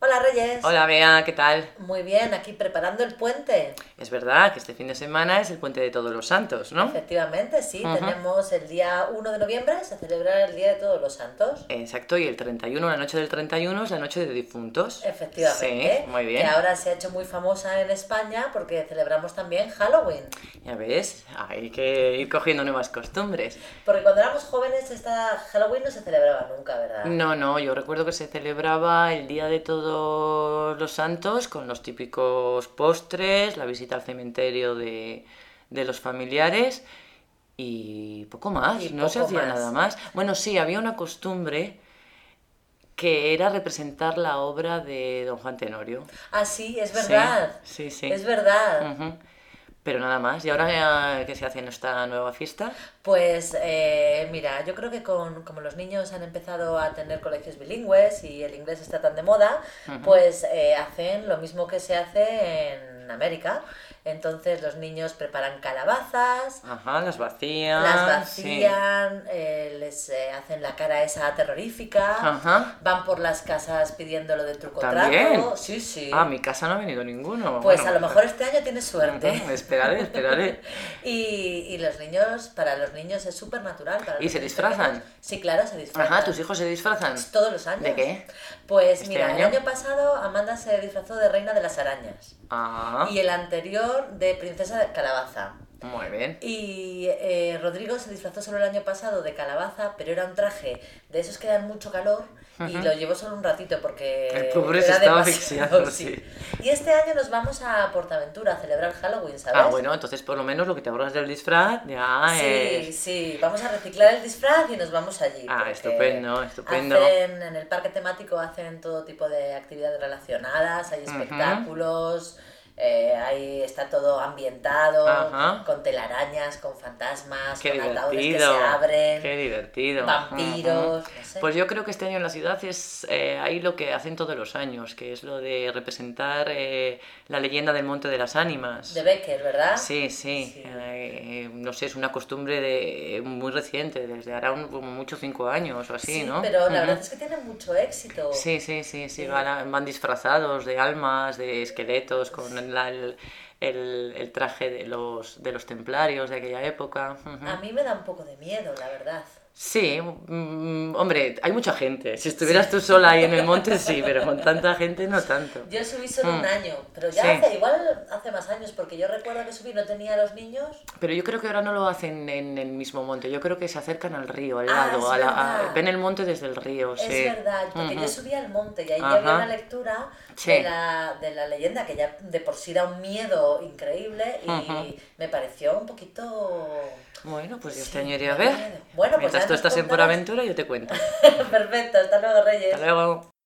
Ángeles. Hola Bea, ¿qué tal? Muy bien, aquí preparando el puente. Es verdad que este fin de semana es el puente de todos los santos, ¿no? Efectivamente, sí, Ujú. tenemos el día 1 de noviembre, se celebra el Día de Todos los Santos. Exacto, y el 31, la noche del 31 es la noche de difuntos. Efectivamente. Sí, muy bien. Que ahora se ha hecho muy famosa en España porque celebramos también Halloween. Ya ves, hay que ir cogiendo nuevas costumbres. Porque cuando éramos jóvenes esta Halloween no se celebraba nunca, ¿verdad? No, no, yo recuerdo que se celebraba el Día de Todos los Santos con los típicos postres, la visita al cementerio de, de los familiares y poco más, Y no se poco hacía más. nada más. Bueno, sí, había una costumbre que era representar la obra de Don Juan Tenorio. Ah, sí, es verdad. Sí, sí. sí. Es verdad. Ujú. Pero nada más, y ahora eh, que se hace nuestra nueva fiesta, Pues eh, mira, yo creo que con, como los niños han empezado a tener colegios bilingües y el inglés está tan de moda, pues eh, hacen lo mismo que se hace en América. Entonces los niños preparan calabazas, ajá, las vacías. las Ah, sí. vacían, eh, les eh, hacen la cara esa terrorífica, Ajá. van por las casas pidiendo lo del truco ¿También? trato. Sí, sí. Ah, a mi casa no ha venido ninguno. Pues Bueno, a lo mejor este año tienes suerte. ujú, Esperaré, esperaré. Y, y los niños, para los niños es súper natural. para ¿Y los se niños disfrazan? pequeños. Sí, claro, se disfrazan. Ajá, ¿tus hijos se disfrazan? Todos los años. ¿De qué? Pues ¿Este mira, año? el año pasado Amanda se disfrazó de reina de las arañas. Ah, Y el anterior de princesa de calabaza. muy bien. Y eh, Rodrigo se disfrazó solo el año pasado de calabaza, pero era un traje de esos que dan mucho calor y lo llevó solo un ratito porque El pobre se era estaba demasiado, asfixiando, Y este año nos vamos a Portaventura a celebrar Halloween, ¿sabes? Ah, bueno, entonces por lo menos lo que te ahorras del disfraz ya Sí, Ah, es... sí, vamos a reciclar el disfraz y nos vamos allí. Ah, porque estupendo, estupendo. Hacen, en el parque temático hacen todo tipo de actividades relacionadas, hay espectáculos, eh, ahí está todo ambientado, Ajá. con telarañas, con fantasmas, Qué con ataúdes que se divertido. abren, Qué divertido. vampiros, no sé. Ujú. Pues yo creo que este año en la ciudad es eh, ahí lo que hacen todos los años, que es lo de representar eh, la leyenda del Monte de las Ánimas. de Becker, ¿verdad? Sí, sí. Sí. eh, eh, no sé, es una costumbre de, muy reciente, desde ahora un, como mucho cinco años o así, Sí, ¿no? pero la Ujú. verdad es que tiene mucho éxito. Sí, sí, sí, sí, Sí. van, van disfrazados de almas, de esqueletos, con la- el, el- el traje de los, de los templarios de aquella época. ujú. A mí me da un poco de miedo, la verdad. Sí, mm, hombre, hay mucha gente. Si estuvieras tú sola ahí en el monte, sí, pero con tanta gente no tanto. Yo subí solo un año, pero ya Ah. Sí. hace, igual hace más años, porque yo recuerdo que subí, no tenía a los niños. Pero yo creo que ahora no lo hacen en el mismo monte, yo creo que se acercan al río, al Ah, lado, es a la- a- verdad. ven el monte desde el río, Pues sí. Es verdad, porque yo Ujú. subí al monte y ahí Ajá. había una lectura Sí. de, la, de la leyenda, que ya de por sí da un miedo increíble y me pareció un poquito... Bueno, pues yo este Sí, año iré a me ver. da miedo. Bueno, pues Mientras ya tú nos estás en Por contarás. Aventura, yo te cuento. Perfecto, hasta luego Reyes. Hasta luego.